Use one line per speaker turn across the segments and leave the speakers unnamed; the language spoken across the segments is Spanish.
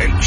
El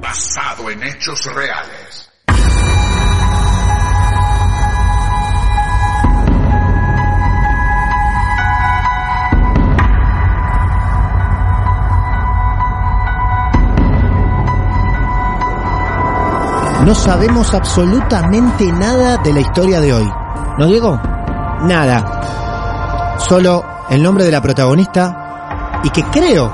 Basado en hechos reales.
No sabemos absolutamente nada de la historia de hoy. ¿No, Diego? Nada. Solo el nombre de la protagonista y que creo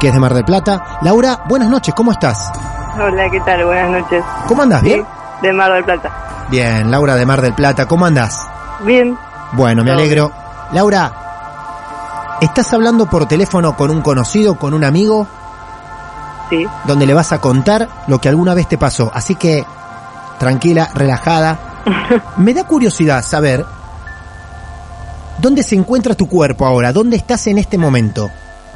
que es de Mar del Plata. Laura, buenas noches, ¿cómo estás?
Hola, ¿qué tal? Buenas noches.
¿Cómo andas? ¿Bien?
Sí, De Mar del Plata.
Bien, Laura de Mar del Plata, ¿cómo andás?
Bien.
Bueno, me
Todo
alegro. Laura, ¿estás hablando por teléfono con un conocido, con un amigo,
Sí,
donde le vas a contar lo que alguna vez te pasó? Así que, tranquila, relajada. Me da curiosidad saber dónde se encuentra tu cuerpo ahora, dónde estás en este momento.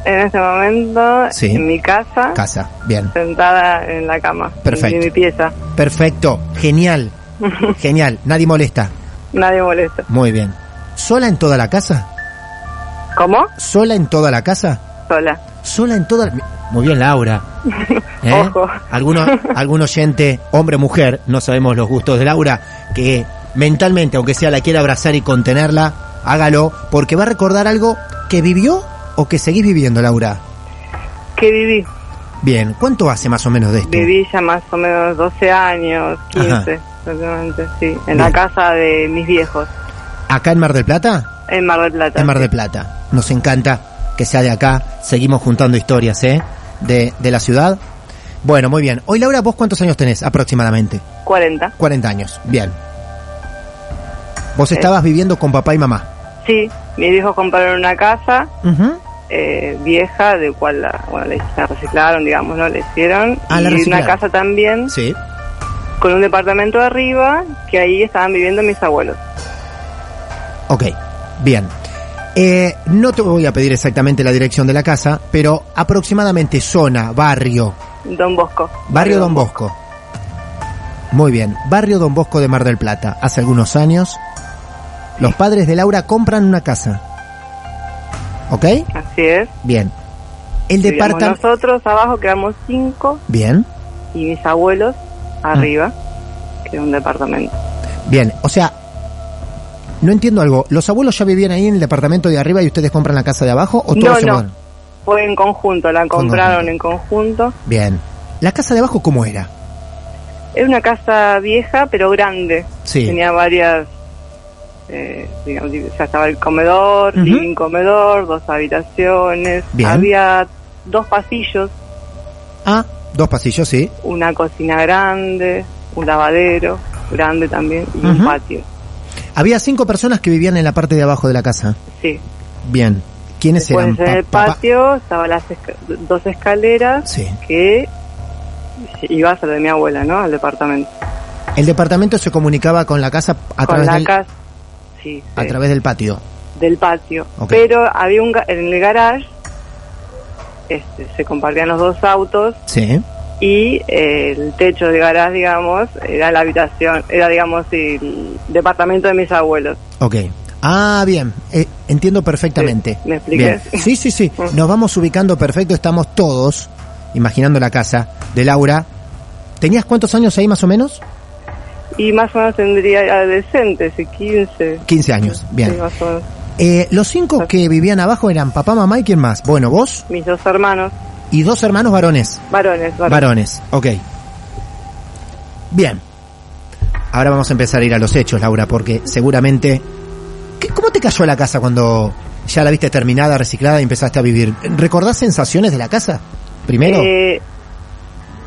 en este momento
Sí.
en mi casa,
Casa, bien.
sentada en la cama.
Perfecto.
En mi pieza.
Perfecto, genial, genial, nadie molesta.
Nadie molesta.
Muy bien. ¿Sola en toda la casa?
¿Cómo?
¿Sola en toda la casa?
Sola.
sola en toda... Muy bien, Laura. ¿Eh?
Ojo.
Alguno, algún oyente, hombre o mujer, no sabemos los gustos de Laura, que mentalmente, aunque sea la quiera abrazar y contenerla, hágalo, porque va a recordar algo que vivió o que seguís viviendo, Laura.
¿Qué viví?
Bien, ¿cuánto hace más o menos de esto?
Viví ya más o menos 12 años, 15 aproximadamente, sí. En la
Bien.
casa de mis viejos,
¿Acá en Mar del Plata?
en Mar del Plata.
En Mar del Plata. Nos encanta que sea de acá. Seguimos juntando historias, ¿eh? De, de la ciudad. Bueno, muy bien. Hoy, Laura, ¿vos cuántos años tenés aproximadamente?
40.
40 años, bien. Vos estabas viviendo con papá y mamá.
Sí, mis viejos compraron una casa eh, vieja, de cual la, bueno, la- la reciclaron, digamos, ¿no? La hicieron.
Ah, la
y
reciclaron.
una casa también
Sí.
con un departamento arriba que ahí estaban viviendo mis abuelos.
Ok, bien. Eh, no te voy a pedir exactamente la dirección de la casa, pero aproximadamente zona, barrio.
Don Bosco.
Barrio Don Bosco. Muy bien, barrio Don Bosco de Mar del Plata. Hace algunos años, los padres de Laura compran una casa. ¿Ok?
Así es.
Bien. El
Vivíamos
departamento...
Nosotros abajo quedamos cinco
Bien.
y mis abuelos
Ah.
arriba, que era un departamento.
Bien, o sea, no entiendo algo. ¿Los abuelos ya vivían ahí en el departamento de arriba y ustedes compran la casa de abajo o todos
No,
se
no.
mudaron?
Fue en conjunto, la compraron en conjunto.
Bien. ¿La casa de abajo cómo era?
Era una casa vieja pero grande.
Sí.
Tenía varias, eh, digamos, ya estaba el comedor,
Ujú.
living comedor, dos habitaciones.
Bien.
Había dos pasillos,
Ah, dos pasillos, sí.
una cocina grande, un lavadero grande también y un
Ujú.
patio.
Había cinco personas que vivían en la parte de abajo de la casa.
Sí.
Bien. ¿Quiénes
Después
eran?
en el
Pa- papá-
patio estaban las esca- dos escaleras
Sí.
que iba a ser de mi abuela, ¿no? Al departamento.
El departamento se comunicaba con la casa a,
Con
través,
la
del,
casa, sí,
a
de-
través del patio.
del patio.
Ok.
Pero había un ga- en el garage este, se compartían los dos autos
Sí.
y eh, el techo de garage, digamos, era la habitación, era, digamos, el departamento de mis abuelos.
Ok. Ah, bien. Eh, entiendo perfectamente.
Sí, ¿me Ah. expliqué?
Bien. Sí, sí, sí. Nos vamos ubicando perfecto. Estamos todos imaginando la casa de Laura. ¿Tenías cuántos años ahí más o menos?
Y más o menos tendría adolescentes, sí, 15.
15 años. Bien.
Sí, Ah. más o menos.
Eh, los cinco que vivían abajo eran papá, mamá y quién más. Bueno, vos
Mis dos hermanos,
y dos hermanos varones.
varones, varones.
Varones, ok. Bien. Ahora vamos a empezar a ir a los hechos, Laura, porque seguramente... ¿Qué- ¿Cómo te cayó la casa cuando ya la viste terminada, reciclada y empezaste a vivir? ¿Recordás sensaciones de la casa? Primero.
Eh,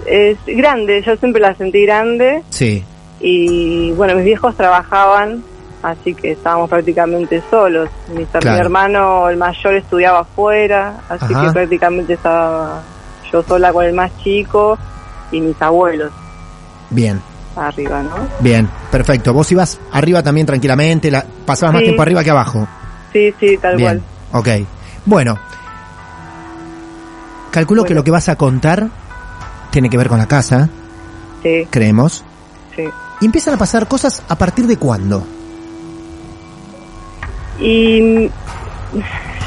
es grande, yo siempre la sentí grande
sí.
y bueno, mis viejos trabajaban, así que estábamos prácticamente solos. Mi, mi
Claro.
hermano, el mayor, estudiaba afuera, así
Ajá.
que prácticamente estaba yo sola con el más chico y mis abuelos
Bien,
arriba, ¿no?
bien, perfecto. Vos ibas arriba también tranquilamente, la, pasabas más
Sí.
tiempo arriba que abajo.
Sí, sí, tal
Bien,
cual.
ok. Bueno, calculo que
Bueno.
lo que vas a contar tiene que ver con la casa,
Sí,
creemos.
sí.
Y empiezan a pasar cosas a partir de cuándo.
Y mm,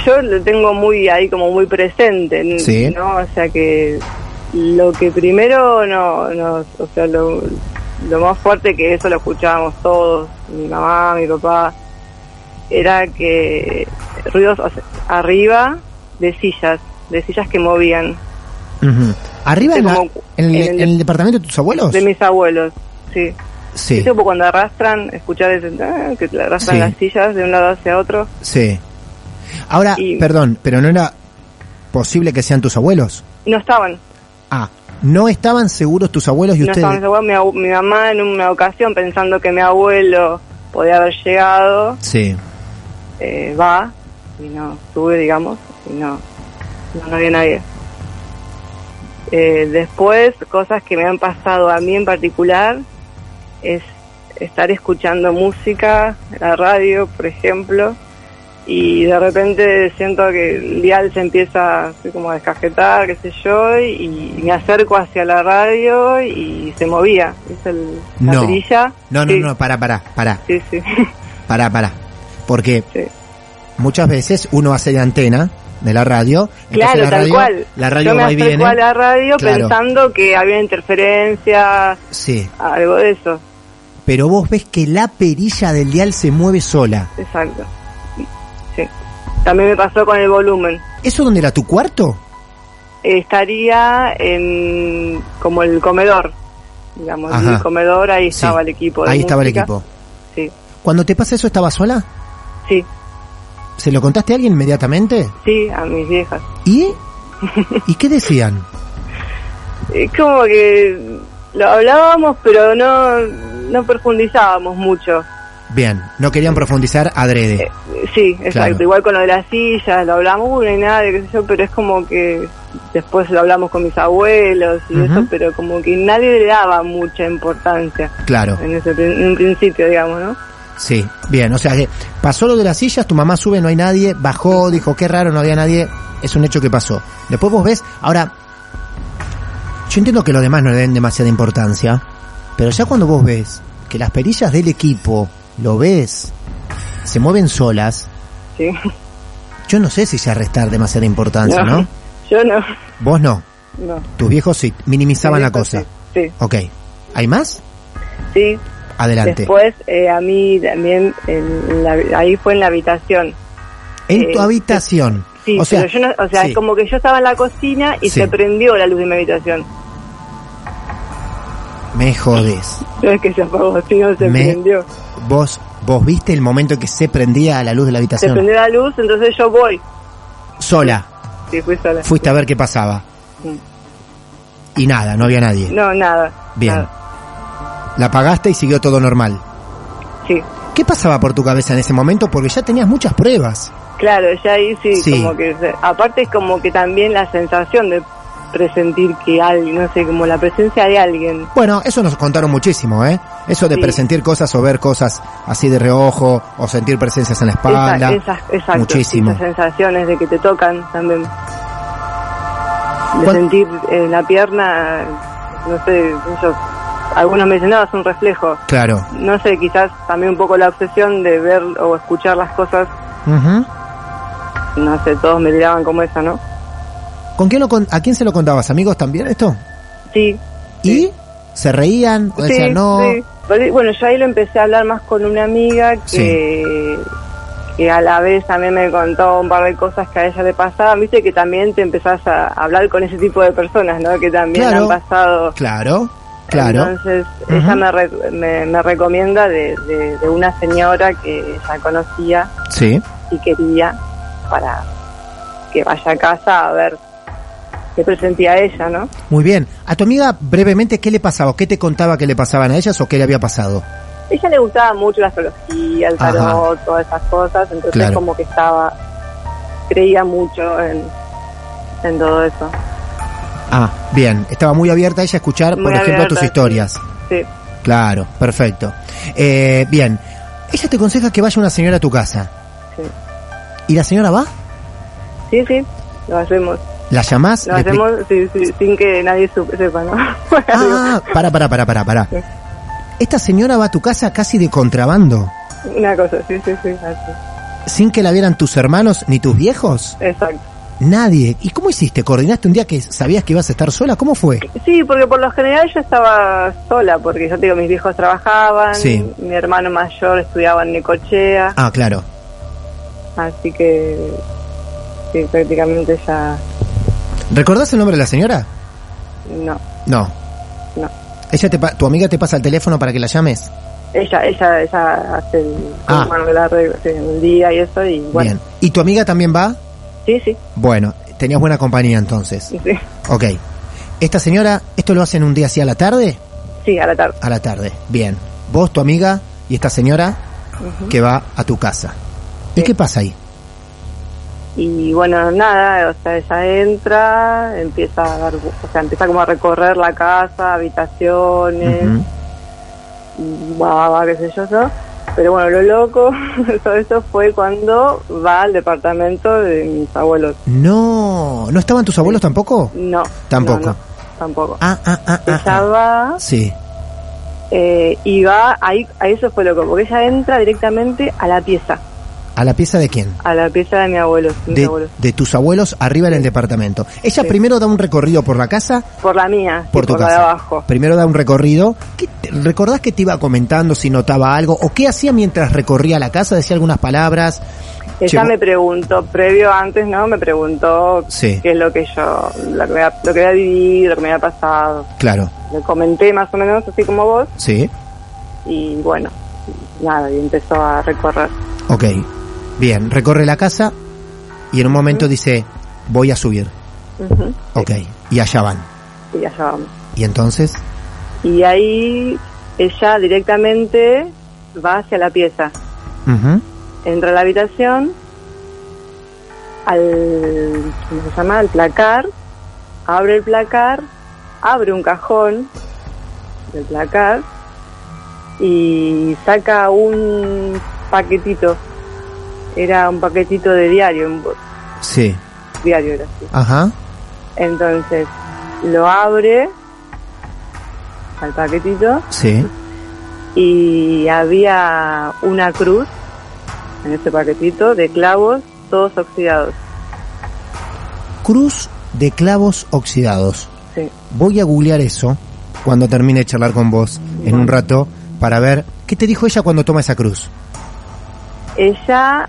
yo lo tengo muy ahí como muy presente, n-
Sí.
¿no? O sea que lo que primero no, no o sea, lo, lo más fuerte que eso lo escuchábamos todos, mi mamá, mi papá, era que ruidos o sea, arriba de sillas, de sillas que movían
Ujú. ¿Arriba
Este
en, la-
como-
en el,
en el-
en el departamento de tus abuelos?
de mis abuelos, sí.
Oh, Sí,
Tipo cuando arrastran, escuchar ese, "Ah", que arrastran
Sí.
las sillas de un lado hacia otro.
sí. Ahora,
Y-
perdón, pero no era posible que sean tus abuelos.
No estaban,
Ah, no estaban seguros tus abuelos y
no
ustedes.
estábamos seguros. Mi, abu- mi mamá en una ocasión pensando que mi abuelo podía haber llegado,
Sí,
eh, va y no, sube, digamos, y no, no, no había nadie. Eh, después, cosas que me han pasado a mí en particular es estar escuchando música, la radio, por ejemplo, y de repente siento que el dial se empieza así como a descajetar, qué sé yo, y, y me acerco hacia la radio y se movía, es el, la
No.
perilla.
No, no,
Sí,
no, pará, pará, pará,
Sí, sí,
pará, pará. Porque
sí.
muchas veces uno hace de antena de la radio. entonces
Claro,
la
tal
radio-
cual.
La radio
Yo me
va y
acerco
viene.
a la radio
Claro.
pensando que había interferencia,
Sí,
algo de eso.
pero vos ves que la perilla del dial se mueve sola.
Exacto. Sí. También me pasó con el volumen.
¿Eso dónde era tu cuarto?
Eh, Estaría en como el comedor, digamos, en
Ajá.
el comedor ahí
Sí,
estaba el equipo. de
Ahí estaba el
música.
equipo.
Sí,
Cuando te pasa eso, ¿estabas sola?
sí,
¿Se lo contaste a alguien inmediatamente?
sí, a mis viejas.
¿Y? ¿Y qué decían?
Es como que lo hablábamos, pero no, no profundizábamos mucho.
Bien, no querían profundizar
Eh.
adrede.
Sí, exacto.
Claro.
Igual con lo de las sillas, lo hablamos, uy, no hay nada de qué sé yo, pero es como que después lo hablamos con mis abuelos y
Ujú.
eso, pero como que nadie le daba mucha importancia
Claro,
en, ese, prin- en un principio, digamos, ¿no?
sí. Bien, o sea que pasó lo de las sillas, tu mamá sube, no hay nadie, bajó, dijo, qué raro, no había nadie. Es un hecho que pasó. Después vos ves, ahora, yo entiendo que los demás no le den demasiada importancia, pero ya cuando vos ves que las perillas del equipo, lo ves, se mueven solas,
Sí.
yo no sé si ya restar demasiada importancia, ¿no?
Yo no,
Vos no.
no.
Tus viejos sí, minimizaban la cosa.
Sí,
Ok. ¿Hay más?
sí.
Adelante.
Después eh, a mí también, en la- ahí fue en la habitación.
en tu
eh,
habitación.
Sí,
o sea,
pero yo no, o sea,
sí.
es como que yo estaba en la cocina y
Sí.
se prendió la luz de mi habitación.
me jodés.
No es que se apagó, sino se
Me-
prendió.
Vos, vos viste el momento en que se prendía la luz de la
Se
habitación.
prendió la luz, entonces yo voy.
Sola.
Sí, fui sola.
Fuiste a ver qué pasaba.
Sí.
Y nada, no había nadie.
No, nada.
Bien.
Nada.
La apagaste y siguió todo normal.
Sí.
¿Qué pasaba por tu cabeza en ese momento? Porque ya tenías muchas pruebas.
Claro, ya ahí sí,
Sí.
como que... se- Aparte es como que también la sensación de presentir que alguien, no sé, como la presencia de alguien.
Bueno, eso nos contaron muchísimo, ¿eh? Eso de
Sí.
presentir cosas o ver cosas así de reojo o sentir presencias en la
Esa-
espalda.
esas, exacto,
Muchísimo.
Esas sensaciones de que te tocan también. De
¿Cuán-
sentir en la eh, pierna no sé, yo- algunos me dicen, no, es un reflejo.
Claro.
No sé, quizás también un poco la obsesión de ver o escuchar las cosas,
Ujú.
no sé, todos me tiraban como esa, ¿no?
¿Con quién lo con- ¿A quién se lo contabas? ¿Amigos también esto?
Sí,
¿Y? ¿Se reían? O decían,
sí,
no.
sí. Pero, Bueno, yo ahí lo empecé a hablar más con una amiga que, que a la vez también me contó un par de cosas que a ella le pasaban. Viste que también te empezás a hablar con ese tipo de personas, ¿no? Que también
Claro.
han pasado.
Claro, claro.
Entonces,
Ujú.
ella me, re- me, me recomienda de, de- de una señora que ya conocía
sí.
y quería para que vaya a casa a ver qué presentía ella, ¿no?
Muy bien. A tu amiga, brevemente, ¿qué le pasaba? o ¿Qué te contaba que le pasaban a ellas o qué le había pasado?
A ella le gustaba mucho la astrología, el
Ajá.
tarot, todas esas cosas, entonces
Claro.
como que estaba, creía mucho en, en todo eso.
Ah, bien. Estaba muy abierta ella a escuchar, por
Muy
ejemplo,
abierta,
tus
sí.
historias.
Sí,
Claro, perfecto. Eh, bien. Ella te aconseja que vaya una señora a tu casa.
sí,
¿Y la señora va?
sí, sí, lo hacemos,
¿La llamás?
lo
¿Le expli-
hacemos sí, sí, sin que nadie supe- sepa, ¿no?
Ah, para, para, para, para, para. Esta señora va a tu casa casi de contrabando,
Una cosa, sí, sí, sí, así,
sin que la vieran tus hermanos ni tus viejos.
exacto.
Nadie. ¿Y cómo hiciste? ¿Coordinaste un día que sabías que ibas a estar sola? ¿Cómo fue?
Sí, porque por lo general yo estaba sola, porque yo te digo, mis viejos trabajaban,
Sí.
mi hermano mayor estudiaba en Necochea,
Ah, claro. Ah.
así que sí, prácticamente ya
¿Recordás el nombre de la señora?
no,
No.
no.
Ella te pa- tu amiga te pasa el teléfono para que la llames.
Ella, ella, ella hace el,
Ah.
bueno, el arreglo, sí, el día y eso y bueno.
Bien. ¿Y tu amiga también va?
Sí, sí,
Bueno, tenías buena compañía entonces.
sí,
Ok. Esta señora, ¿esto lo hacen un día así a la tarde?
sí, a la tarde.
A la tarde. Bien. Vos, tu amiga y esta señora que va a tu casa. ¿Y
Sí.
qué pasa ahí?
Y bueno, nada, o sea, ella entra, empieza a dar, o sea, empieza como a recorrer la casa, habitaciones,
Ujú.
y va, va, va, qué sé yo, ¿no? Pero bueno, lo loco, todo eso fue cuando va al departamento de mis abuelos.
No, ¿no estaban tus abuelos tampoco?
No.
Tampoco.
no, no, tampoco.
Ah, ah, ah, ah,
ella
ah.
va
Sí.
eh, y va, ahí, a eso fue loco, porque ella entra directamente a la pieza.
¿A la pieza de quién?
A la pieza de mi abuelo, de mis
De,
abuelos.
de tus abuelos arriba en el departamento. Ella primero da un recorrido por la casa,
Por la mía, sí,
por tu
la
casa.
de abajo.
Primero da un recorrido. ¿Qué te- ¿Recordás que te iba comentando si notaba algo? ¿O qué hacía mientras recorría la casa? Decía algunas palabras.
Ella
Che,
me preguntó, previo antes, ¿no? Me preguntó
Sí.
qué es lo que yo, lo que, me había, lo que había vivido, lo que me había pasado.
Claro,
Le comenté más o menos, así como vos,
sí.
y bueno, nada, y empezó a recorrer.
Ok. Bien, recorre la casa y en un momento dice, voy a subir.
Ujú,
Ok, y allá van.
Y allá vamos.
Y entonces,
Y ahí ella directamente va hacia la pieza.
ujú,
entra a la habitación, al, ¿cómo se llama? Al placar, abre el placar, abre un cajón del placar y saca un paquetito. Era un paquetito de diario, un bo-
sí.
diario era así.
Ajá,
Entonces lo abre al paquetito
sí.
y había una cruz en ese paquetito de clavos todos oxidados.
Cruz de clavos oxidados.
Sí.
Voy a googlear eso cuando termine de charlar con vos en un rato para ver qué te dijo ella cuando toma esa cruz.
Ella,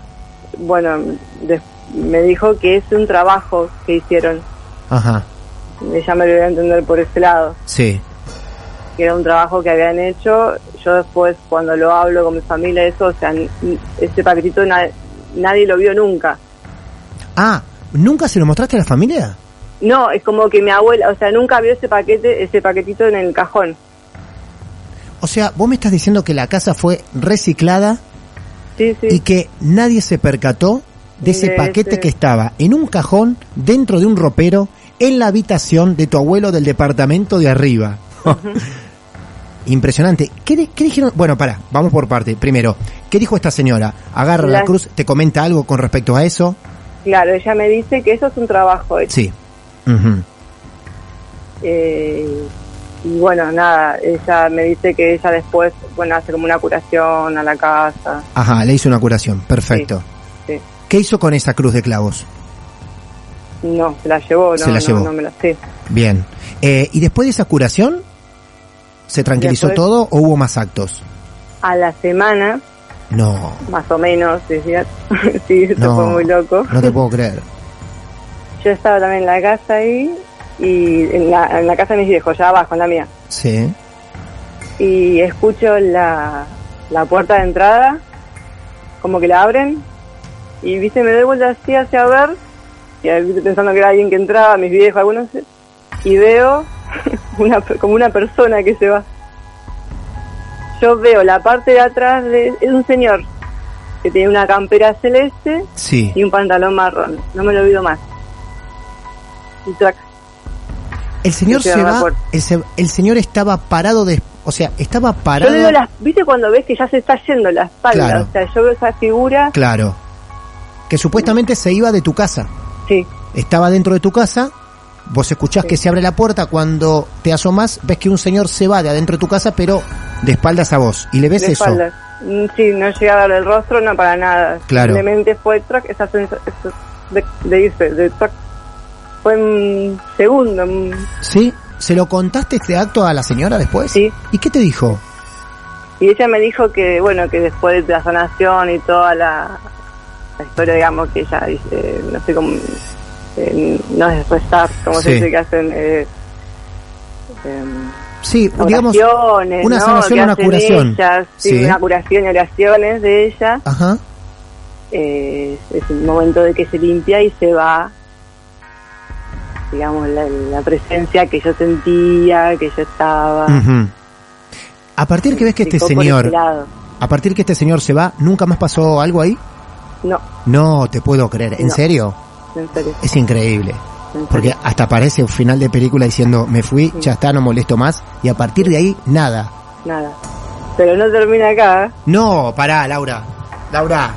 bueno, des- me dijo que es un trabajo que hicieron.
Ajá,
Ella me lo iba a entender por ese lado,
sí.
que era un trabajo que habían hecho. Yo después, cuando lo hablo con mi familia, eso, o sea, n- ese paquetito na- nadie lo vio nunca.
Ah, ¿nunca se lo mostraste a la familia?
No, es como que mi abuela, o sea, nunca vio ese paquete, ese paquetito en el cajón.
O sea, vos me estás diciendo que la casa fue reciclada
Sí, sí. este.
y que nadie se percató de ese
De
paquete
ese.
que estaba en un cajón dentro de un ropero en la habitación de tu abuelo del departamento de arriba. Impresionante. ¿Qué, di- qué dijeron? Bueno, para, vamos por parte. Primero, ¿qué dijo esta señora? Agarra la
La-
cruz, te comenta algo con respecto a eso.
Claro, ella me dice que eso es un trabajo hecho.
Sí. Ujú.
eh, Y bueno, nada, ella me dice que ella después, bueno, hace como una curación a la casa.
Ajá, le hizo una curación, perfecto.
Sí, sí.
¿Qué hizo con esa cruz de clavos?
No, se la llevó, no,
Se la
no,
llevó.
no me la sí.
Bien. Eh, ¿Y después de esa curación? ¿Se tranquilizó
Después-
todo o hubo más actos?
A la semana,
No.
más o menos, decía, sí, esto
No,
fue muy loco.
no te puedo creer.
Yo estaba también en la casa ahí, y en la, en la casa de mis viejos, ya abajo, en la mía.
Sí.
y escucho la, la puerta de entrada, como que la abren, y viste, me doy vuelta así hacia ver, y ahí, viste, pensando que era alguien que entraba, mis viejos, algunos, y veo una, pe- como una persona que se va. Yo veo la parte de atrás de, es un señor que tiene una campera celeste
Sí.
y un pantalón marrón, no me lo olvido más. Y trac,
El señor
Sí,
se
me
va,
acuerdo.
el, se- el señor estaba parado de, o sea, estaba
Yo
parado.
le veo las, viste cuando ves que ya se está yendo la espalda,
Claro.
o sea, yo veo esa figura,
Claro. Que supuestamente se iba de tu casa.
sí,
Estaba dentro de tu casa. Vos escuchás que se abre la puerta cuando te asomás, ves que un señor se va de adentro de tu casa, pero de espaldas a vos. Y le ves
de
eso.
espaldas. Mm, Sí, no llegué a ver el rostro, no para nada.
Claro.
Simplemente fue track, esa sensación de, de irse, de track. Fue un segundo. mm,
¿Sí? ¿Se lo contaste este acto a la señora después?
Sí.
¿Y qué te dijo?
Y ella me dijo que, bueno, que después de la sanación y toda la, la historia, digamos, que ella, eh, no sé cómo, eh, no es rezar, como
Sí.
se dice que hacen. Eh, em,
Sí, digamos.
oraciones,
una
¿no?
sanación,
que
una
hacen
curación.
ellas, sí,
Sí.
una curación y oraciones de ella.
Ajá.
eh, es el momento de que se limpia y se va digamos la, la presencia que yo sentía que yo estaba
Ujú. A partir Mm. que ves que este
Picó Ah. por
señor,
ese lado.
a partir que este señor se va, nunca más pasó algo ahí.
no
No te puedo creer, ¿en
No.
serio?
en serio,
Es increíble.
en serio.
Porque hasta aparece un final de película diciendo, me fui, ya está, no molesto más. Y a partir de ahí, nada.
nada pero no termina acá ¿eh?
No, pará, Laura. Laura.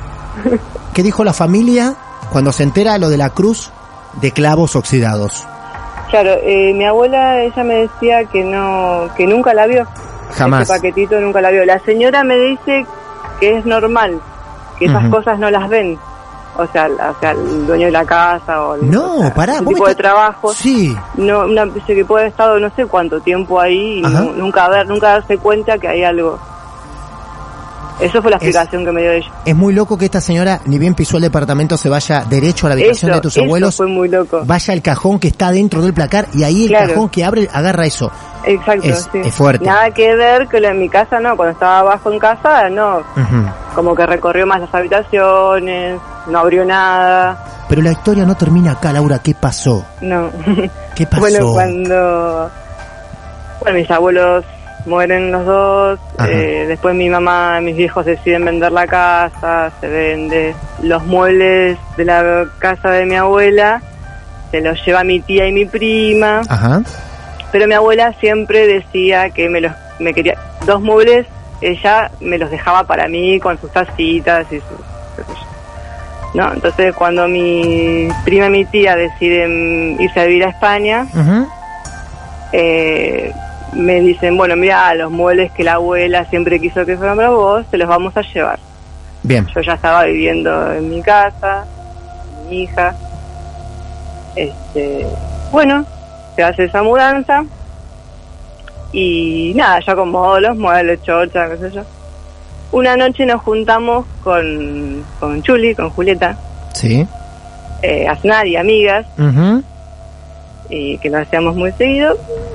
¿Qué dijo la familia cuando se entera lo de la cruz de clavos oxidados?
claro eh, mi abuela ella me decía que no que nunca la vio
Jamás.
ese paquetito nunca la vio la señora me dice que es normal que esas
Ujú.
cosas no las ven o sea, la- o sea el dueño de la casa o el, o
No,
sea,
pará.
ese
vos me
tipo de
estás-
trabajo
Sí,
no una dice que puede haber estado no sé cuánto tiempo ahí y
Ajá.
nu- nunca ver nunca darse cuenta que hay algo eso fue la
Es-
explicación que me dio ella
es muy loco que esta señora, ni bien pisó el departamento, se vaya derecho a la habitación
eso,
de tus
eso
abuelos.
fue muy loco
Vaya al cajón que está dentro del placar y ahí el
Claro.
cajón que abre agarra eso.
exacto
es-
sí.
es fuerte.
nada que ver que lo en mi casa no cuando estaba abajo en casa no
Ujú.
como que recorrió más las habitaciones no abrió nada
Pero la historia no termina acá, Laura. ¿Qué pasó?
no
¿Qué pasó?
Bueno, cuando bueno, mis abuelos mueren los dos,
Ajá.
eh, después mi mamá, mis viejos deciden vender la casa, se vende los muebles de la casa de mi abuela, se los lleva mi tía y mi prima,
Ajá. Ah.
pero mi abuela siempre decía que me los me quería dos muebles, ella me los dejaba para mí con sus tacitas y sus qué sé yo. no, entonces cuando mi prima y mi tía deciden irse a vivir a España,
Ujú.
eh, me dicen, bueno, mira, los muebles que la abuela siempre quiso que fueran para vos, te los vamos a llevar.
Bien.
Yo ya estaba viviendo en mi casa, con mi hija. Este, bueno, se hace esa mudanza y nada, yo acomodo los muebles, chorcha, qué sé yo. Una noche nos juntamos con, con Chuli, con Julieta,
Sí.
eh, Aznar y amigas,
Ujú.
y que lo hacíamos muy seguido.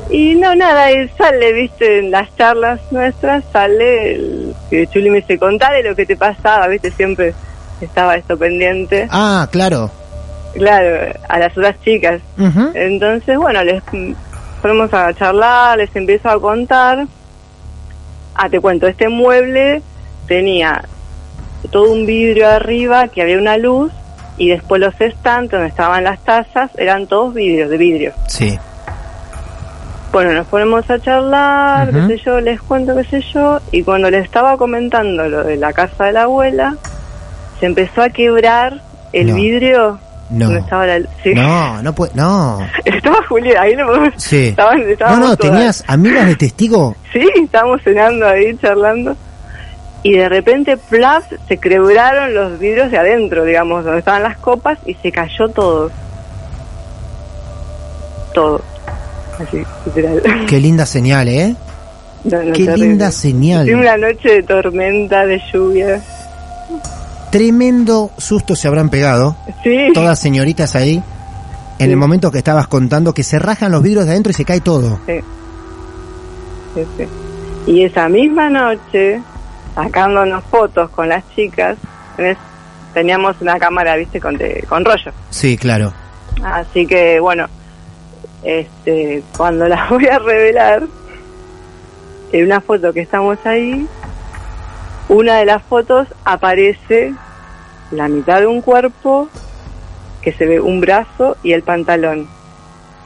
Y no, nada, él sale, viste, en las charlas nuestras, sale, el, que Chuli me dice, contale lo que te pasaba, viste, siempre estaba esto pendiente.
Ah, claro.
Claro, a las otras chicas.
Ujú.
Entonces, bueno, les mm, fuimos a charlar, les empiezo a contar. Ah, te cuento, este mueble tenía todo un vidrio arriba que había una luz y después los estantes donde estaban las tazas eran todos vidrios, de vidrio.
Sí.
Bueno, nos ponemos a charlar,
Ujú.
qué sé yo, les cuento qué sé yo, y cuando les estaba comentando lo de la casa de la abuela, se empezó a quebrar el
No.
vidrio
No.
No estaba la sí.
No, no puede. No.
Estaba Julieta, ahí lo podemos-
Sí.
Estaban,
No,
estábamos
no,
todas.
tenías amigas de testigo.
Sí, estábamos cenando ahí, charlando. Y de repente, plaf, se quebraron los vidrios de adentro, digamos, donde estaban las copas, y se cayó todo. Todo. Así, literal.
Qué linda señal, ¿eh?
No, no,
Qué
terrible.
linda señal.
Sí, una noche de tormenta, de lluvia.
Tremendo susto se habrán pegado.
Sí.
Todas señoritas ahí. En el momento que estabas contando que se rajan los vidrios de adentro y se cae todo.
Sí, sí. Y esa misma noche, sacándonos fotos con las chicas, en es- teníamos una cámara, viste, con, de- con rollo.
Sí, claro.
Así que, bueno, este, cuando las voy a revelar, en una foto que estamos ahí, una de las fotos aparece la mitad de un cuerpo, que se ve un brazo y el pantalón,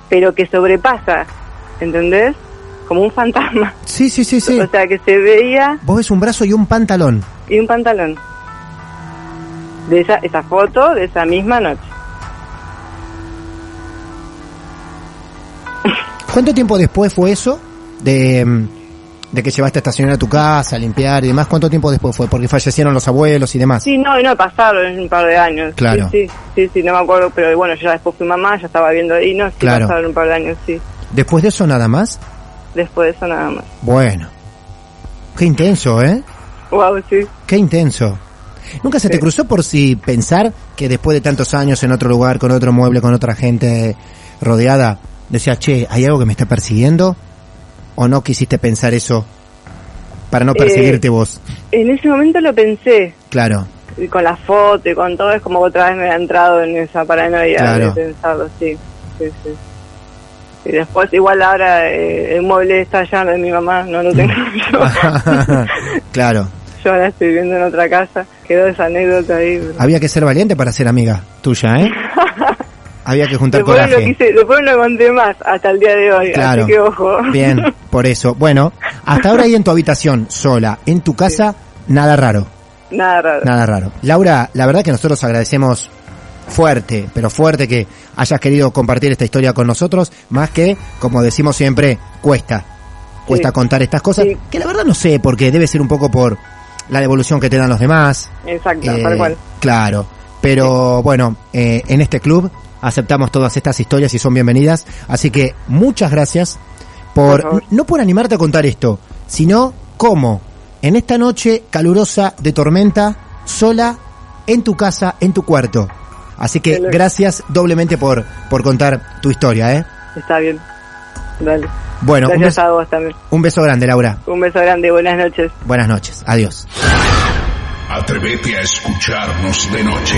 pero que sobrepasa, ¿entendés? Como un fantasma.
Sí, sí, sí, sí.
O sea, que se veía
Vos ves un brazo y un pantalón.
y un pantalón. De esa, esa foto, de esa misma noche.
¿Cuánto tiempo después fue eso? De, mm, de que llevaste a estacionar a tu casa, a limpiar y demás. ¿Cuánto tiempo después fue? Porque fallecieron los abuelos y demás.
Sí, no, y no, pasaron un par de años.
Claro.
Sí, sí, sí, sí, no me acuerdo, pero bueno, yo ya después fui mamá, ya estaba viendo ahí, no, sí,
Claro.
pasaron un par de años, sí.
Después de eso nada más.
Después de eso nada más.
Bueno. Qué intenso, ¿eh?
Wow, sí.
Qué intenso. ¿Nunca se te cruzó por si pensar que después de tantos años en otro lugar, con otro mueble, con otra gente rodeada, decías, che, ¿hay algo que me está persiguiendo? ¿O no quisiste pensar eso para no perseguirte vos?
En ese momento lo pensé,
Claro,
y con la foto y con todo, es como que otra vez me había entrado en esa paranoia
Claro.
de pensarlo, sí. sí, sí. Y después, igual ahora eh, el mueble está allá de mi mamá, no lo tengo yo.
claro.
Yo ahora estoy viviendo en otra casa, quedó esa anécdota ahí.
Había que ser valiente para ser amiga tuya, ¿eh? Había que juntar
Después no,
coraje.
quise, después no conté más hasta el día de hoy,
Claro.
así que ojo.
Bien, por eso. Bueno, hasta ahora ahí en tu habitación, sola, en tu casa, nada raro.
Nada raro.
Nada raro. Laura, la verdad que nosotros agradecemos fuerte, pero fuerte que hayas querido compartir esta historia con nosotros, más que, como decimos siempre, cuesta. Cuesta
Sí.
contar estas cosas,
Sí.
que la verdad no sé, porque debe ser un poco por la devolución que te dan los demás.
Exacto,
eh,
tal cual.
Claro. Pero bueno, eh, en este club aceptamos todas estas historias y son bienvenidas. Así que muchas gracias por,
Por favor.
no por animarte a contar esto, sino cómo en esta noche calurosa de tormenta, sola, en tu casa, en tu cuarto. Así que
Dale.
gracias doblemente por, por contar tu historia, ¿eh?
Está bien. Dale.
Bueno, un
Gracias
beso,
a vos también.
un beso grande, Laura.
Un beso grande y buenas noches.
Buenas noches. Adiós.
Atrévete a escucharnos de noche.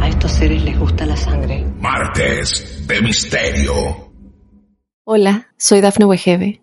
A estos seres les gusta la sangre.
Martes de Misterio.
Hola, soy Dafne Wegebe